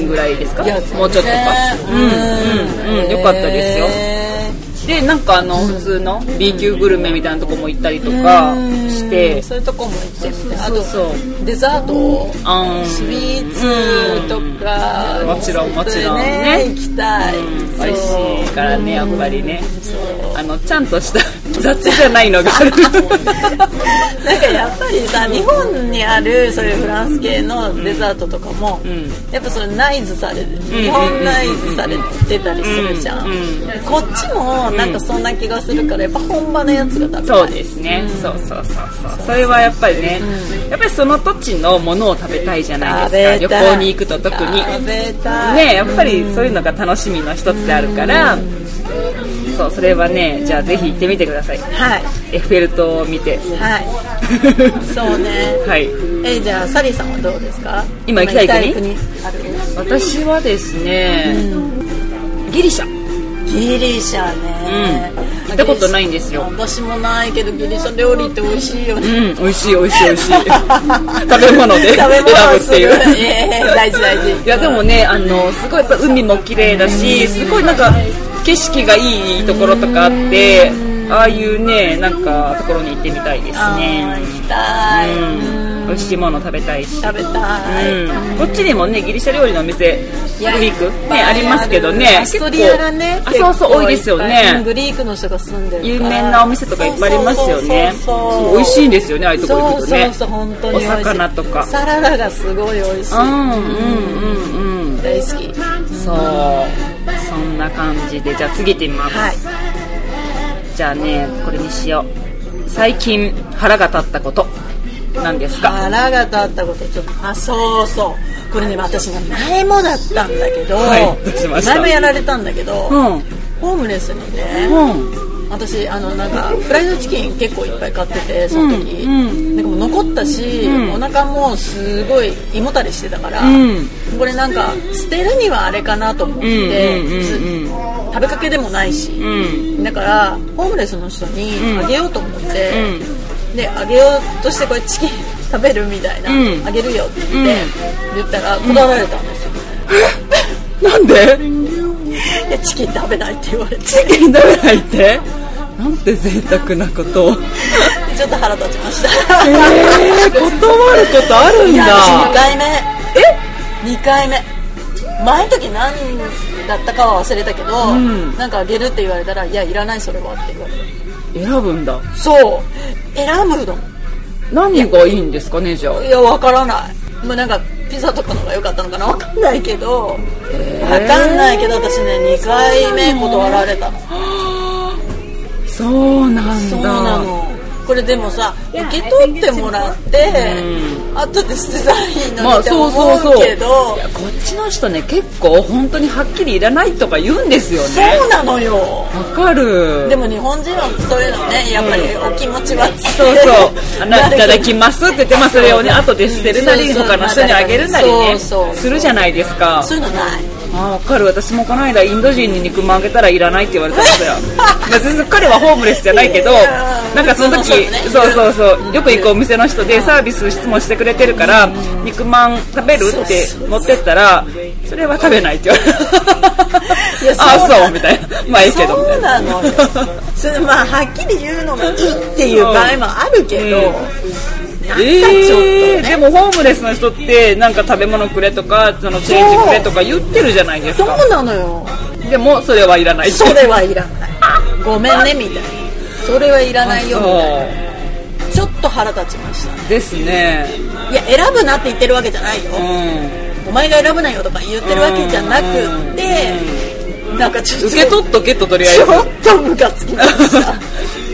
Speaker 1: ぐらいですかもうちょっとかうんうんうんよかったですよでなんかあの普通の B 級グルメみたいなとこも行ったりとかして
Speaker 2: そういうとこも行ってみてあ
Speaker 1: そうそう
Speaker 2: とデザート
Speaker 1: あん
Speaker 2: スイーツとか、
Speaker 1: うんもちろんもちろん
Speaker 2: ね
Speaker 1: ね
Speaker 2: 行きたい、
Speaker 1: 美味しいからねやっぱりねあのちゃんとした [laughs] 雑じゃないのがある
Speaker 2: なんかやっぱりさ日本にあるそういうフランス系のデザートとかも、やっぱそれナイズされる日本ナイズされてたりするじゃん、
Speaker 1: うんう
Speaker 2: こっちもなんかそんな気がするからやっぱ本場のやつが食べたい
Speaker 1: そうですねそうそうそうそうそれはやっぱりねやっぱりその土地のものを食べたいじゃないですか旅行に行くと特に
Speaker 2: 食べたい
Speaker 1: ねやっぱりそういうのが楽しみの一つであるからそうそれはねじゃあぜひ行ってみてください
Speaker 2: はい
Speaker 1: エッフェル塔を見 [laughs] て
Speaker 2: はいそうね
Speaker 1: はい
Speaker 2: えじゃあサリーさんはどうですか
Speaker 1: 今行きたい国
Speaker 2: 行きたい国あ
Speaker 1: 私はですね、ギリシャ
Speaker 2: るギリシャね、
Speaker 1: うん行ったことないんですよ
Speaker 2: 私もないけどギリシャ料理って美味しいよね
Speaker 1: うん美味しい美味しい美味 [laughs] しい食べ物で選
Speaker 2: 食べ物
Speaker 1: ぶってい
Speaker 2: をする
Speaker 1: う
Speaker 2: ええ大事大事
Speaker 1: いやでもねあのすごいやっぱ海も綺麗だしすごいなんか景色がいいところとかあってああいうねなんかところに行ってみたいです
Speaker 2: あー
Speaker 1: ね
Speaker 2: 行きたい、
Speaker 1: うん美味しいもの食べたいし
Speaker 2: 食べたい、
Speaker 1: うんこっちにもねギリシャ料理のお店
Speaker 2: いや
Speaker 1: グリーク
Speaker 2: いっぱい
Speaker 1: ねあ
Speaker 2: ある
Speaker 1: りますけどね
Speaker 2: アストリアがね
Speaker 1: 結構あそうそう多いですよ
Speaker 2: 結構いっぱい
Speaker 1: ね
Speaker 2: グリークの人が住んでるから
Speaker 1: 有名なお店とかいっぱいありますよね
Speaker 2: そうそう
Speaker 1: そう美味しいんですよねああいうとこ行
Speaker 2: そう
Speaker 1: くと
Speaker 2: そう
Speaker 1: ね
Speaker 2: そう本当に美味しい
Speaker 1: お魚とか
Speaker 2: サラダがすごい美味しい、
Speaker 1: うんうんうんうん
Speaker 2: 大好き
Speaker 1: そうそんな感じでじゃあ次行ってみます、
Speaker 2: はい
Speaker 1: じゃあねこれにしよう最近腹が立ったことなんですか
Speaker 2: 腹が立ったことちょっとあそうそうこれね私ね前もだったんだけど、
Speaker 1: はいどうしました
Speaker 2: 前もやられたんだけど、
Speaker 1: うん
Speaker 2: ホームレスにね、
Speaker 1: うん
Speaker 2: 私あのなんかフライドチキン結構いっぱい買っててその時、
Speaker 1: うん
Speaker 2: なんかもう残ったし、お腹もすごい胃もたれしてたから、
Speaker 1: うん
Speaker 2: これなんか捨てるにはあれかなと思って、
Speaker 1: うんうんうんうん
Speaker 2: つ食べかけでもないし、
Speaker 1: うん
Speaker 2: だからホームレスの人にあげようと思って、であげようとしてこれチキン [laughs] 食べるみたいな、
Speaker 1: うん
Speaker 2: あげるよって言って、言ったら断られたんですよ、
Speaker 1: なんで
Speaker 2: でチキン食べないって言われて
Speaker 1: チキン食べないってなんて贅沢なことを
Speaker 2: ちょっと腹立ちまし
Speaker 1: [laughs]
Speaker 2: た
Speaker 1: えー、断ることあるん
Speaker 2: いや私2
Speaker 1: だ
Speaker 2: 回目え2回目前の時何だったかは忘れたけど、
Speaker 1: ん
Speaker 2: なんかあげるって言われたら「いやいらないそれは」って言われて
Speaker 1: 選ぶんだ
Speaker 2: そう選ぶの
Speaker 1: 何がいいんですかねじゃあ
Speaker 2: いやわからないもうなんかピザとかの方が良かったのかなわかんないけどわかんないけど私ね2回目断られたの
Speaker 1: そうなんだ
Speaker 2: そうなのこれでもさ受け取ってもらって後で捨てたらいいの
Speaker 1: ま
Speaker 2: に
Speaker 1: あ
Speaker 2: って
Speaker 1: そうそう
Speaker 2: 思
Speaker 1: そう
Speaker 2: うけど
Speaker 1: いやこっちの人ね結構本当にはっきりいらないとか言うんですよね
Speaker 2: そうなのよ
Speaker 1: わかる
Speaker 2: でも日本人はそういうのねやっぱりお気持ちは
Speaker 1: そう [laughs] そうあな
Speaker 2: な
Speaker 1: い
Speaker 2: るけど
Speaker 1: ただきますって言ってまあそれをね後で捨てるなり
Speaker 2: うんそうそう
Speaker 1: 他の人にあげるなりね
Speaker 2: そうそう
Speaker 1: するじゃないですか
Speaker 2: [laughs] そういうのない
Speaker 1: あわかる私もこの間インド人に肉まんあげたらいらないって言われたん
Speaker 2: [laughs]
Speaker 1: ですよまあ全然彼はホームレスじゃないけど
Speaker 2: いやー
Speaker 1: なんかその時
Speaker 2: そうね
Speaker 1: そうそうそうよく行くお店の人でサービス質問してくれてるから肉まん食べるって持ってったらそれは食べないって言われ
Speaker 2: いや
Speaker 1: た [laughs] あ
Speaker 2: そうなの
Speaker 1: そうみたいなまあいいけどみた
Speaker 2: そう
Speaker 1: いな
Speaker 2: なのよそれでまあはっきり言うのもいいっていう場合もあるけど、
Speaker 1: うんえー、でもホームレスの人ってなんか食べ物くれとかそのチェンジくれとか言ってるじゃないです
Speaker 2: そう
Speaker 1: か
Speaker 2: なのよ
Speaker 1: でもそれはいらない
Speaker 2: それはいらないごめんねみたいなそれはいらないよみたい
Speaker 1: そ
Speaker 2: なちょっと腹立ちまし
Speaker 1: うですね
Speaker 2: たいや選ぶなって言ってるわけじゃないよ、
Speaker 1: う
Speaker 2: お前が選ぶなよとか言ってるわけじゃなくって、なんかちょっ
Speaker 1: ん
Speaker 2: と
Speaker 1: 受け取っとけととりあえ
Speaker 2: ちょっとムカつきました
Speaker 1: ず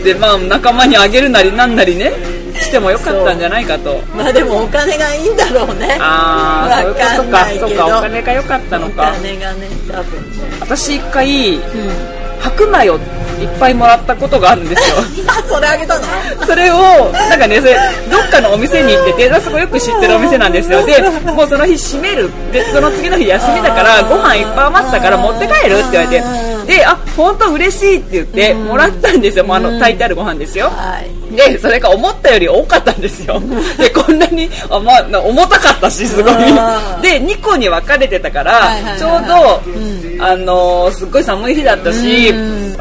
Speaker 1: [laughs] でまあ仲間にあげるなりなんなりねしてもよかったんじゃないかと
Speaker 2: まあでもお金がいいんだろうね
Speaker 1: ああそう
Speaker 2: わかんない
Speaker 1: い
Speaker 2: け
Speaker 1: うこ
Speaker 2: ど
Speaker 1: とかそうかお金が良かったの
Speaker 2: お
Speaker 1: か
Speaker 2: 金がね多分
Speaker 1: 私一回
Speaker 2: うん
Speaker 1: 白米をいっぱいもらったことがあるんですよ
Speaker 2: あそれあげたの
Speaker 1: [laughs] それをなんかねそれどっかのお店に行っててでそこよく知ってるお店なんですよでもうその日閉めるでその次の日休みだからご飯いっぱい余ったから持って帰るって言われてであ本当嬉しいって言ってもらったんですよもうあの炊いてあるご飯ですよ
Speaker 2: はい
Speaker 1: でそれが思ったより多かったんです
Speaker 2: [laughs]
Speaker 1: よでこんなにあ、まあ、な重たかったしすごい
Speaker 2: うん
Speaker 1: で2個に分かれてたから、
Speaker 2: はいはいは
Speaker 1: ちょうど、あのーすっごい寒い日だったし、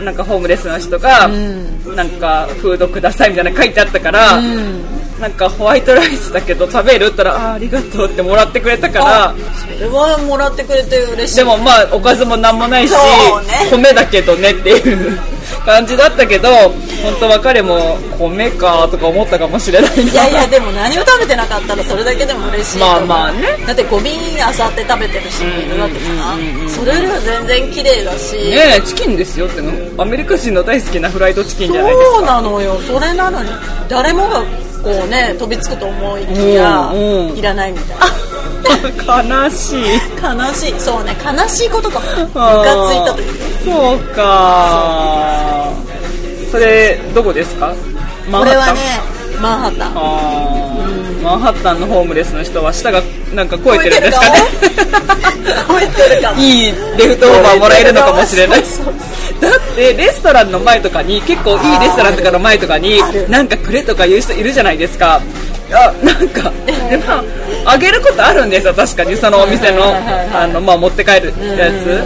Speaker 1: なんかホームレスの人が、
Speaker 2: ん
Speaker 1: なんかフードくださいみたいなの書いてあったから、
Speaker 2: うん
Speaker 1: なんかホワイトライスだけど食べるって言ったらあーありがとうってもらってくれたから
Speaker 2: あそれはもらってくれて嬉しい
Speaker 1: でもまあおかずも何もないし、
Speaker 2: そうね
Speaker 1: 米だけどねっていう感じだったけど本当は彼も米かとか思ったかもしれないない
Speaker 2: やいやでも何を食べてなかったらそれだけでも嬉しいと思う
Speaker 1: まあまあね
Speaker 2: だってゴミあさって食べてる人もいるわけじゃ
Speaker 1: うんうんうんうん
Speaker 2: んそれよりは全然綺麗だし、
Speaker 1: ねえチキンですよってのアメリカ人の大好きなフライドチキンじゃないですか
Speaker 2: そうなのよそれなのに誰もがこうね飛びつくと思いきや、
Speaker 1: うんうん
Speaker 2: いらないみたい
Speaker 1: 悲しい
Speaker 2: な悲しいそうね悲しいことかもム
Speaker 1: あー
Speaker 2: カついたというか
Speaker 1: そうかそれどこですかマンハ
Speaker 2: これ
Speaker 1: ッタ
Speaker 2: は
Speaker 1: ン
Speaker 2: ねマンハッタン
Speaker 1: あーマンハッタンのホームレスの人は舌がなんか超えてるんですかね
Speaker 2: 超えてるか
Speaker 1: [laughs]
Speaker 2: も
Speaker 1: いいレフトオーバーもらえるのかもしれないだってレストランの前とかに結構いいレストランとかの前とかに
Speaker 2: ある
Speaker 1: なんかくれとか言う人いるじゃないですかあなんかでまああげることあるんですよ確かにそのお店のあの、まあ、持って帰るやつ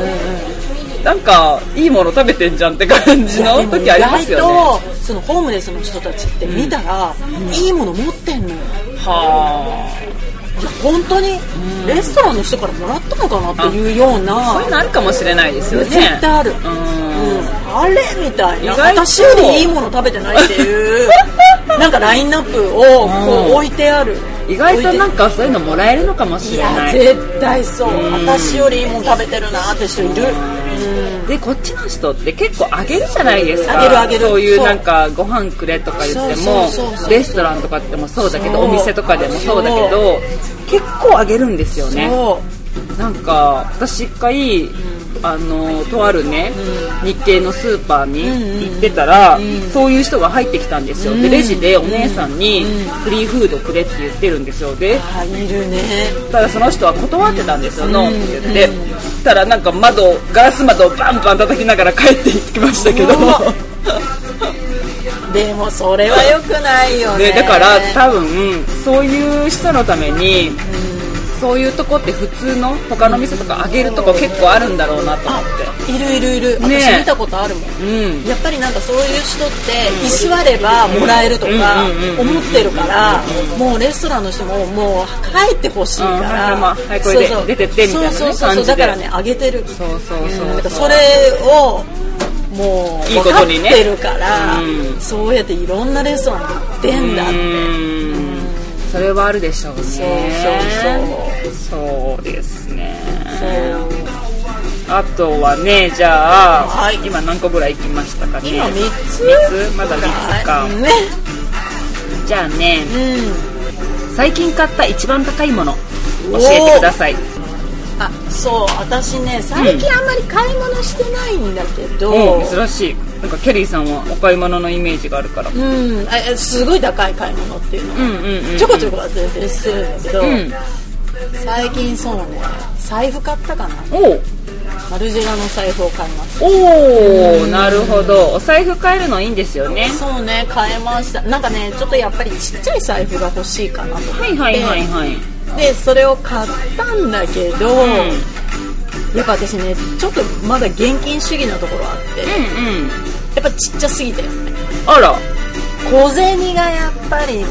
Speaker 1: なんかいいもの食べてんじゃんって感じの時ありますよね
Speaker 2: 意外とそのホームレスの人たちって見たら、いいもの持ってんのよ
Speaker 1: は
Speaker 2: 本当にレストランの人からもらったのかなっていうよう
Speaker 1: あ
Speaker 2: な
Speaker 1: そういうのあるかもしれないですよね
Speaker 2: 絶対ある、うんあれみたいな私よりいいもの食べてないって
Speaker 1: [laughs]
Speaker 2: いうなんかラインナップをこう置いてある
Speaker 1: 意外となんかそういうのもらえるのかもし
Speaker 2: い
Speaker 1: れ
Speaker 2: や
Speaker 1: ない
Speaker 2: 絶対そう私よりいいもの食べてるなって人いる
Speaker 1: でこっちの人って結構あげるじゃないですか
Speaker 2: あげるあげる
Speaker 1: そういう
Speaker 2: そう
Speaker 1: なんかご飯くれとか言っても
Speaker 2: そうそうそうそう
Speaker 1: レストランとかってもそうだけど
Speaker 2: そう
Speaker 1: お店とかでもそうだけど結構あげるんですよね
Speaker 2: そう
Speaker 1: なんか私一回、あのとあるね、日系のスーパーに行ってたら、そういう人が入ってきたんですよ、でレジでお姉さんにフリーフードくれって言ってるんですよで
Speaker 2: あいるね
Speaker 1: ただその人は断ってたんですよ、ノーって言って、そしたらなんか窓をガラス窓をバンバン叩きながら帰っていきましたけど
Speaker 2: うわでもそれは良くないよね
Speaker 1: でだから多分そういう人のために、そういうとこって普通の他の店とかあげるとこ結構あるんだろうなと思っ
Speaker 2: いるいるいる
Speaker 1: ね
Speaker 2: 私見たことあるもん、
Speaker 1: てうん
Speaker 2: やっぱりなんかそういう人って居座ればもらえるとか
Speaker 1: うんうんうん
Speaker 2: 思ってるからもうレストランの人ももう帰ってほしいか
Speaker 1: う
Speaker 2: ら
Speaker 1: んまあはいこれで
Speaker 2: そうそう
Speaker 1: 出てってみたいなね
Speaker 2: そうそう
Speaker 1: 感
Speaker 2: そ
Speaker 1: じ
Speaker 2: う
Speaker 1: で
Speaker 2: だからねあげてる
Speaker 1: そうそうそう
Speaker 2: だからそれをもう
Speaker 1: いい
Speaker 2: 分
Speaker 1: こ
Speaker 2: か
Speaker 1: と
Speaker 2: っ
Speaker 1: にね
Speaker 2: てるから
Speaker 1: うん
Speaker 2: そうやっていろんなレストランで出んだって
Speaker 1: うんそれはあるでしょうねそうそうそうですねあとはねじゃあ、
Speaker 2: はい
Speaker 1: 今何個ぐらい行きましたかね
Speaker 2: 今3つ
Speaker 1: 三つまだ3つか、
Speaker 2: ね
Speaker 1: じゃあね
Speaker 2: うん
Speaker 1: 最近買った一番高いもの教えてください
Speaker 2: あそう私ね最近あんまり買い物してないんだけど、
Speaker 1: お珍しいなんかケリーさんはお買い物のイメージがあるからうん
Speaker 2: うん、あえすごい高い買い物っていうのは、
Speaker 1: うんうん
Speaker 2: ちょこちょこは全然するんだけど、
Speaker 1: うん
Speaker 2: 最近そうね財布買ったかな
Speaker 1: おう
Speaker 2: マルジェラの財布を買いまし
Speaker 1: おおなるほどお財布買えるのいいんですよね
Speaker 2: たそうね買いましたなんかねちょっとやっぱりちっちゃい財布が欲しいかなと思って、
Speaker 1: はいはいはいはい
Speaker 2: でそれを買ったんだけど、やっぱ私ねちょっとまだ現金主義なところあって、や
Speaker 1: うんうん
Speaker 2: っぱちっちゃすぎて
Speaker 1: あら
Speaker 2: 小銭がやっぱり
Speaker 1: い
Speaker 2: ね
Speaker 1: っ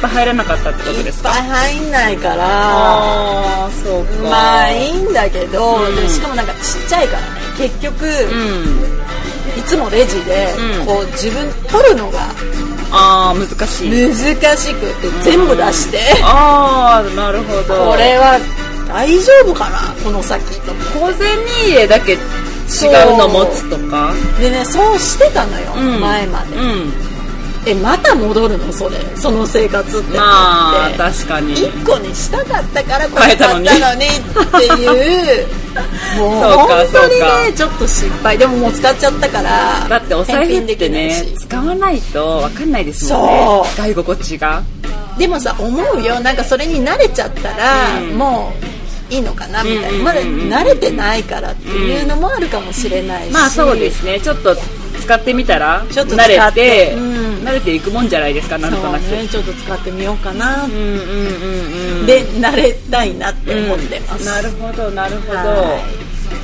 Speaker 1: ぱい入らなかったってこ
Speaker 2: い
Speaker 1: とで
Speaker 2: っ
Speaker 1: す
Speaker 2: ぱ
Speaker 1: か
Speaker 2: い入んないから
Speaker 1: ああそうか
Speaker 2: まあいいんだけど、
Speaker 1: うん
Speaker 2: でしかもなんかちっちゃいからね結局、
Speaker 1: うん
Speaker 2: いつもレジで、
Speaker 1: うん
Speaker 2: こう自分取るのが
Speaker 1: ああ難しい
Speaker 2: 難しくて全部出して、
Speaker 1: ああなるほど
Speaker 2: [laughs] これは大丈夫かなこの先と思
Speaker 1: 小銭入れだけ違うの持つとか
Speaker 2: ってでねそうしてたのよ、
Speaker 1: うん
Speaker 2: 前まで、
Speaker 1: うん
Speaker 2: えまた戻るのそれその生活って
Speaker 1: まあ
Speaker 2: 思って
Speaker 1: 確かに
Speaker 2: 1個にしたかったからこ
Speaker 1: 買え
Speaker 2: れ買った
Speaker 1: た
Speaker 2: の
Speaker 1: の
Speaker 2: に
Speaker 1: に
Speaker 2: っていう
Speaker 1: そうか
Speaker 2: もう本当に
Speaker 1: そう
Speaker 2: ねちょっと失敗でももう使っちゃったから
Speaker 1: だってお財布ってね
Speaker 2: 返品できないし
Speaker 1: 使わないと分かんないですもんね
Speaker 2: そう
Speaker 1: 使い心地が
Speaker 2: でもさ思うよなんかそれに慣れちゃったら、
Speaker 1: うん
Speaker 2: もういいのかなみたいな、
Speaker 1: うん
Speaker 2: まだ慣れてないからっていうのもあるかもしれないし、
Speaker 1: まあそうですねちょっと使ってみたら
Speaker 2: ちょっと
Speaker 1: 慣
Speaker 2: 使
Speaker 1: れ
Speaker 2: っててうん
Speaker 1: 慣れていくもんじゃないですかなんとなく
Speaker 2: そうねちょっと使ってみようかな、
Speaker 1: うんうんうんうん
Speaker 2: で慣れたいなって思ってます、
Speaker 1: なるほどなるほど
Speaker 2: は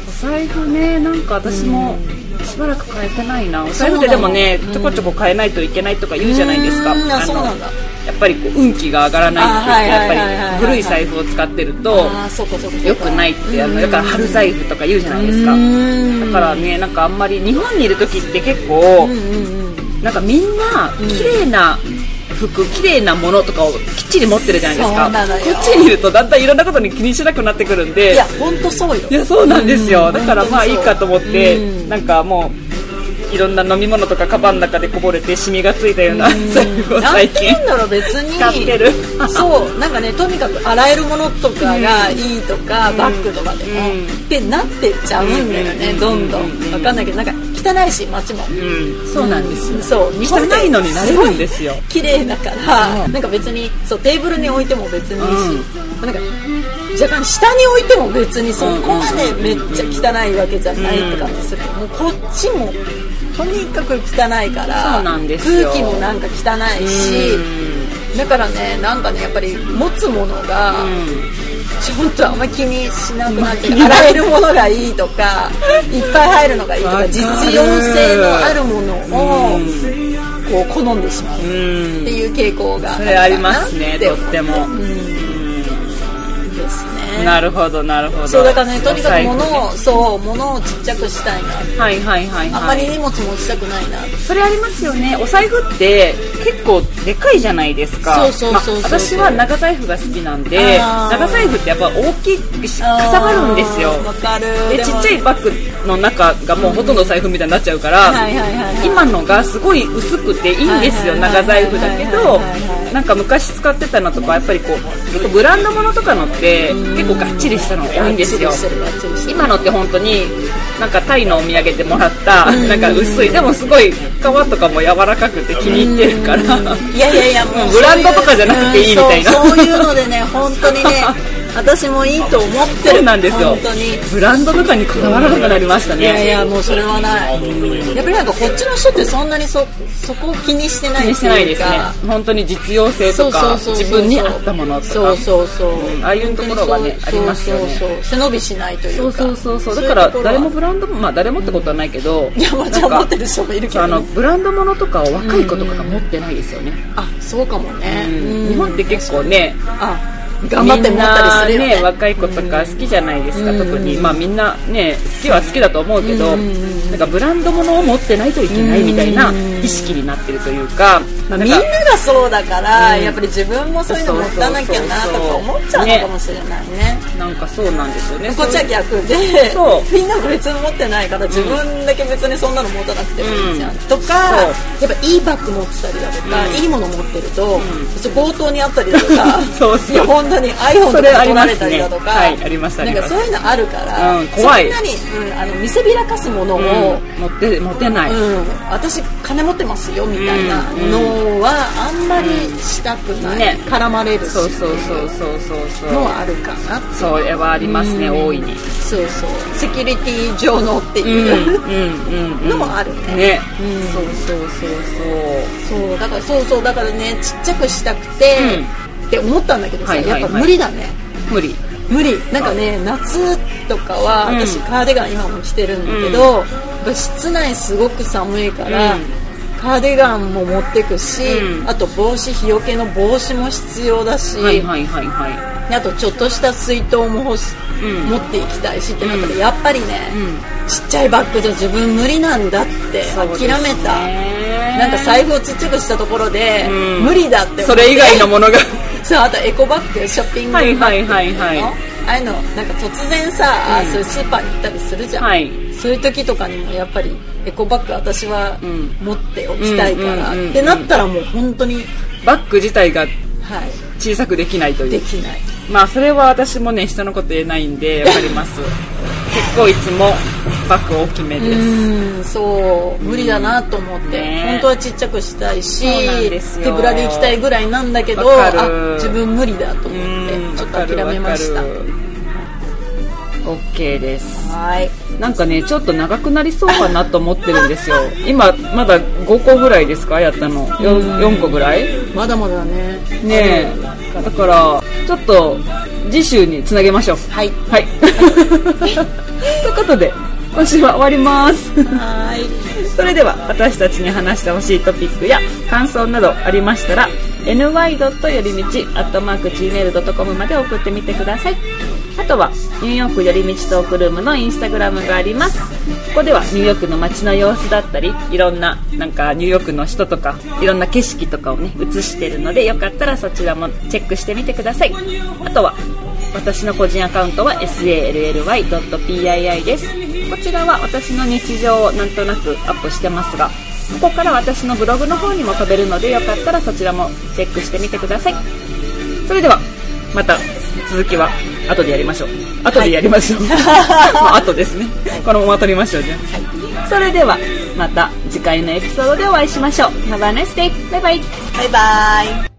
Speaker 1: お財布ねなんか私もしばらく買えてないなお財布ってで
Speaker 2: そうな
Speaker 1: も
Speaker 2: の
Speaker 1: ねちょこちょこ買えないといけないとか言うじゃないですか
Speaker 2: うーんあ
Speaker 1: の
Speaker 2: そうなんだ
Speaker 1: やっぱりこう運気が上がらないっていう
Speaker 2: あ
Speaker 1: か
Speaker 2: はいはいはいはいはい
Speaker 1: やっぱり古い財布を使ってると
Speaker 2: ああそこそこ
Speaker 1: 良くないってあのだから春財布とか言うじゃないですかだからねなんかあんまり日本にいる時って結構
Speaker 2: うんうんうん
Speaker 1: なんかみんな綺麗な服綺麗なものとかをきっちり持ってるじゃないです
Speaker 2: そうなのよ
Speaker 1: かこっちにいるとだんだんいろんなことに気にしなくなってくるんで
Speaker 2: いや本当そうよ
Speaker 1: いやそうなんですよ、だからまあいいかと思って、
Speaker 2: うん
Speaker 1: なんかもういろんな飲み物とかカバンの中でこぼれてシミがついたような財布を
Speaker 2: なん
Speaker 1: 最
Speaker 2: て
Speaker 1: 近
Speaker 2: 言うんだろう別に
Speaker 1: 使ってる
Speaker 2: そうなんかねとにかく洗えるものとかがいいとか、バッグとかでも、
Speaker 1: うん
Speaker 2: ってなってっちゃうんだよね、
Speaker 1: うん
Speaker 2: どんどん、
Speaker 1: うん
Speaker 2: わかんないけどなんか汚いし街も、
Speaker 1: うんそうなんですよ、
Speaker 2: そう日本
Speaker 1: 汚いのに慣れるんですよ
Speaker 2: ごい綺麗だから
Speaker 1: そう
Speaker 2: なんか別にそうテーブルに置いても別にいいし、なんか若干下に置いても別にそこまでめっちゃ汚いわけじゃないって感じする、もうこっちもとにかく汚いから
Speaker 1: そうなんですよ
Speaker 2: 空気もなんか汚いし、
Speaker 1: う
Speaker 2: だからねなんかねやっぱり持つものが、
Speaker 1: んうん
Speaker 2: ちょっとあんま気にしなくなってきた洗えるものがいいとかいっぱい入るのがいいと
Speaker 1: わか
Speaker 2: か
Speaker 1: る
Speaker 2: 実用性のあるものをこう好んでしまうって
Speaker 1: うん
Speaker 2: いう傾向が
Speaker 1: それありますね
Speaker 2: ある
Speaker 1: と
Speaker 2: かな
Speaker 1: っても、
Speaker 2: うんですね
Speaker 1: なるほどなるほど
Speaker 2: そうだからねとにかく物
Speaker 1: お財
Speaker 2: をそう物をちっちゃくしたいな
Speaker 1: 布はいはいはい
Speaker 2: あんま
Speaker 1: は
Speaker 2: り
Speaker 1: い
Speaker 2: 荷物持ちたくないな
Speaker 1: それありますよねお財布って結構でかいじゃないですか
Speaker 2: そうそうそうそう
Speaker 1: まあ私は長財布が好きなんで
Speaker 2: あー
Speaker 1: 長財布ってやっぱ大きくしかさばるんですよ
Speaker 2: わかる
Speaker 1: で
Speaker 2: で
Speaker 1: ち
Speaker 2: も
Speaker 1: っちゃいバッグの中がもうほとんど財布みたいになっちゃうから、
Speaker 2: はいはいはいはい
Speaker 1: 今のがすごい薄くていいんですよ、
Speaker 2: はいはいはい
Speaker 1: 長財布だけ
Speaker 2: はい
Speaker 1: ど
Speaker 2: はいはいはい
Speaker 1: なんか昔使ってたのとかやっぱりこう結構ブランドものとかのって結構がっちりしたのが多いんですよ
Speaker 2: がっちりしてるがっちりしてる
Speaker 1: 今のって本当になんかタイのお土産でもらったなんか薄いでもすごい皮とかも柔らかくて気に入ってるから
Speaker 2: いやいやいやもう
Speaker 1: ブランドとかじゃなくていいみたいな
Speaker 2: うんそうそういうのでね本
Speaker 1: [laughs]
Speaker 2: 当にね私もいいと思って
Speaker 1: そう
Speaker 2: る
Speaker 1: なんですよ
Speaker 2: 本当に
Speaker 1: ブランドとかにこだわらなくなりました
Speaker 2: いやい
Speaker 1: ね
Speaker 2: やもうそれはないやっぱりなんかこっちの人ってそんなにそそこを気にしてない
Speaker 1: 気
Speaker 2: っていう
Speaker 1: に
Speaker 2: か
Speaker 1: してないですね本当に実用性
Speaker 2: そ
Speaker 1: と
Speaker 2: うそ
Speaker 1: か
Speaker 2: うそうそう
Speaker 1: 自分に合ったものとか
Speaker 2: そうそうそう、
Speaker 1: うんああいうところはね
Speaker 2: そうそうそ
Speaker 1: あ
Speaker 2: う
Speaker 1: りますよね
Speaker 2: そうそう背伸びしないというか
Speaker 1: そうそうそうそうだ
Speaker 2: い
Speaker 1: か
Speaker 2: と
Speaker 1: ら
Speaker 2: ころは
Speaker 1: 誰もブランドもまあ誰もってことはないけど
Speaker 2: いやもちろん持ってる人もいるけ
Speaker 1: あ
Speaker 2: ど
Speaker 1: の
Speaker 2: ね
Speaker 1: ブランドものとかを若い子とかが持ってないですよね、
Speaker 2: あそうかもね、
Speaker 1: うん
Speaker 2: うん
Speaker 1: 日本って結構ね
Speaker 2: あ頑張って持ったりする
Speaker 1: み
Speaker 2: よ
Speaker 1: んなね若い子とか好きじゃないですか、特にまあみんなね好きは好きだと思うけど、なんかブランドものを持ってないといけないみたいな意識になってるというか、なんか
Speaker 2: みんながそうだから、
Speaker 1: うん
Speaker 2: やっぱり自分もそういうの持たなきゃなとか思っちゃうのかもしれないね
Speaker 1: なんかそうなんですよね
Speaker 2: こっちは逆で
Speaker 1: そう
Speaker 2: みんな別に持ってないから自分だけ別にそんなの持たなくてもいいじゃん、
Speaker 1: うん
Speaker 2: とかや
Speaker 1: そ
Speaker 2: っぱいいバッグ持ってたりだとか、
Speaker 1: うん
Speaker 2: いいもの持ってると、そう強盗にあったりだとか
Speaker 1: [laughs] そうそう
Speaker 2: いや本当に iPhone
Speaker 1: そ
Speaker 2: と
Speaker 1: れ
Speaker 2: か
Speaker 1: あり
Speaker 2: 取ら
Speaker 1: ま
Speaker 2: れ
Speaker 1: す
Speaker 2: たり
Speaker 1: ね
Speaker 2: だとか
Speaker 1: はいありますあ
Speaker 2: な
Speaker 1: り
Speaker 2: ん
Speaker 1: ま
Speaker 2: か
Speaker 1: す
Speaker 2: そういうのあるから、
Speaker 1: うん怖い
Speaker 2: そんなに、うん、あの見せびらかすものを、
Speaker 1: うん持って持てない、
Speaker 2: うん、私金持ってますよみたいなのはあんまりしたくない、
Speaker 1: ね
Speaker 2: 絡まれるし
Speaker 1: そうそうそうそうそうそう
Speaker 2: のはあるかな
Speaker 1: それはありますね、大いに
Speaker 2: そうそうセキュリティ上のって
Speaker 1: うん
Speaker 2: いう、
Speaker 1: うんうん
Speaker 2: のもあるね
Speaker 1: ね、
Speaker 2: うん
Speaker 1: そうそうそうそ
Speaker 2: そうだからそうそうだからねちっちゃくしたくて、って思ったんだけどさ、
Speaker 1: はいはいはい
Speaker 2: やっぱ無理だね
Speaker 1: う無理
Speaker 2: 無理なんかね夏とかは
Speaker 1: うん
Speaker 2: 私カーディガン今も着てるんだけど、やっぱ室内すごく寒いから、
Speaker 1: うん
Speaker 2: カーディガンも持ってくし、
Speaker 1: うん
Speaker 2: あと帽子日よけの帽子も必要だし、
Speaker 1: はいはいはいは
Speaker 2: あとちょっとした水筒も欲し、
Speaker 1: うん
Speaker 2: 持っていきたいしってなったら、
Speaker 1: うん
Speaker 2: やっぱりね、
Speaker 1: い、うん
Speaker 2: ちっちゃいバッグじゃ自分無理なんだって諦めた、なんか財布をちっちゃくしたところで、
Speaker 1: うん
Speaker 2: 無理だって思って
Speaker 1: それ以外のものが
Speaker 2: そうあとエコバッグショッピングバ
Speaker 1: は
Speaker 2: ッ
Speaker 1: い
Speaker 2: グ
Speaker 1: はいはいはい
Speaker 2: ああいうのなんか突然さ、
Speaker 1: うん
Speaker 2: そういうスーパーに行ったりするじゃん、
Speaker 1: はい
Speaker 2: そういう時とかにもやっぱりエコバッグ私は
Speaker 1: ん
Speaker 2: 持っておきたいから、
Speaker 1: うんうんうんうん
Speaker 2: ってなったらもう本当に
Speaker 1: バッグ自体が
Speaker 2: はい
Speaker 1: 小さくできないとい
Speaker 2: で
Speaker 1: う
Speaker 2: きない
Speaker 1: まあそれは私もね人のこと言えないんでわかります結構いつもバッグ大きめです、
Speaker 2: うんそう無理だなと思って、
Speaker 1: ね
Speaker 2: 本当はちっちゃくしたいし
Speaker 1: そうなんですよ
Speaker 2: 手ぶらで行きたいぐらいなんだけど
Speaker 1: わかる
Speaker 2: あ自分無理だと
Speaker 1: う
Speaker 2: 思っ
Speaker 1: ん
Speaker 2: てちょっと諦めました
Speaker 1: わかるわかる OK です
Speaker 2: はい
Speaker 1: なんかねちょっと長くなりそうかなと思ってるんですよ今まだ5個ぐらいですかやったの 4, 4個ぐらい
Speaker 2: まだまだね
Speaker 1: ねえだからちょっと次週につなげましょう
Speaker 2: はい
Speaker 1: はいということで今週は終わります
Speaker 2: はい
Speaker 1: それでは私たちに話してほしいトピックや感想などありましたら ny. よりみち .gmail.com まで送ってみてくださいあとはニューヨークよりみちトークルームのインスタグラムがありますここではニューヨークの街の様子だったりいろんななんかニューヨークの人とかいろんな景色とかをね映してるのでよかったらそちらもチェックしてみてくださいあとは私の個人アカウントは sally.pii ですこちらは私の日常をなんとなくアップしてますがここから私のブログの方にも飛べるのでよかったらそちらもチェックしてみてくださいそれではまた続きは後でやりましょう後でやりましょう、 [laughs] まあ後ですねこのまま撮りましょうね、それではまた次回のエピソードでお会いしましょう Have a nice day! バイバイ
Speaker 2: バイバイ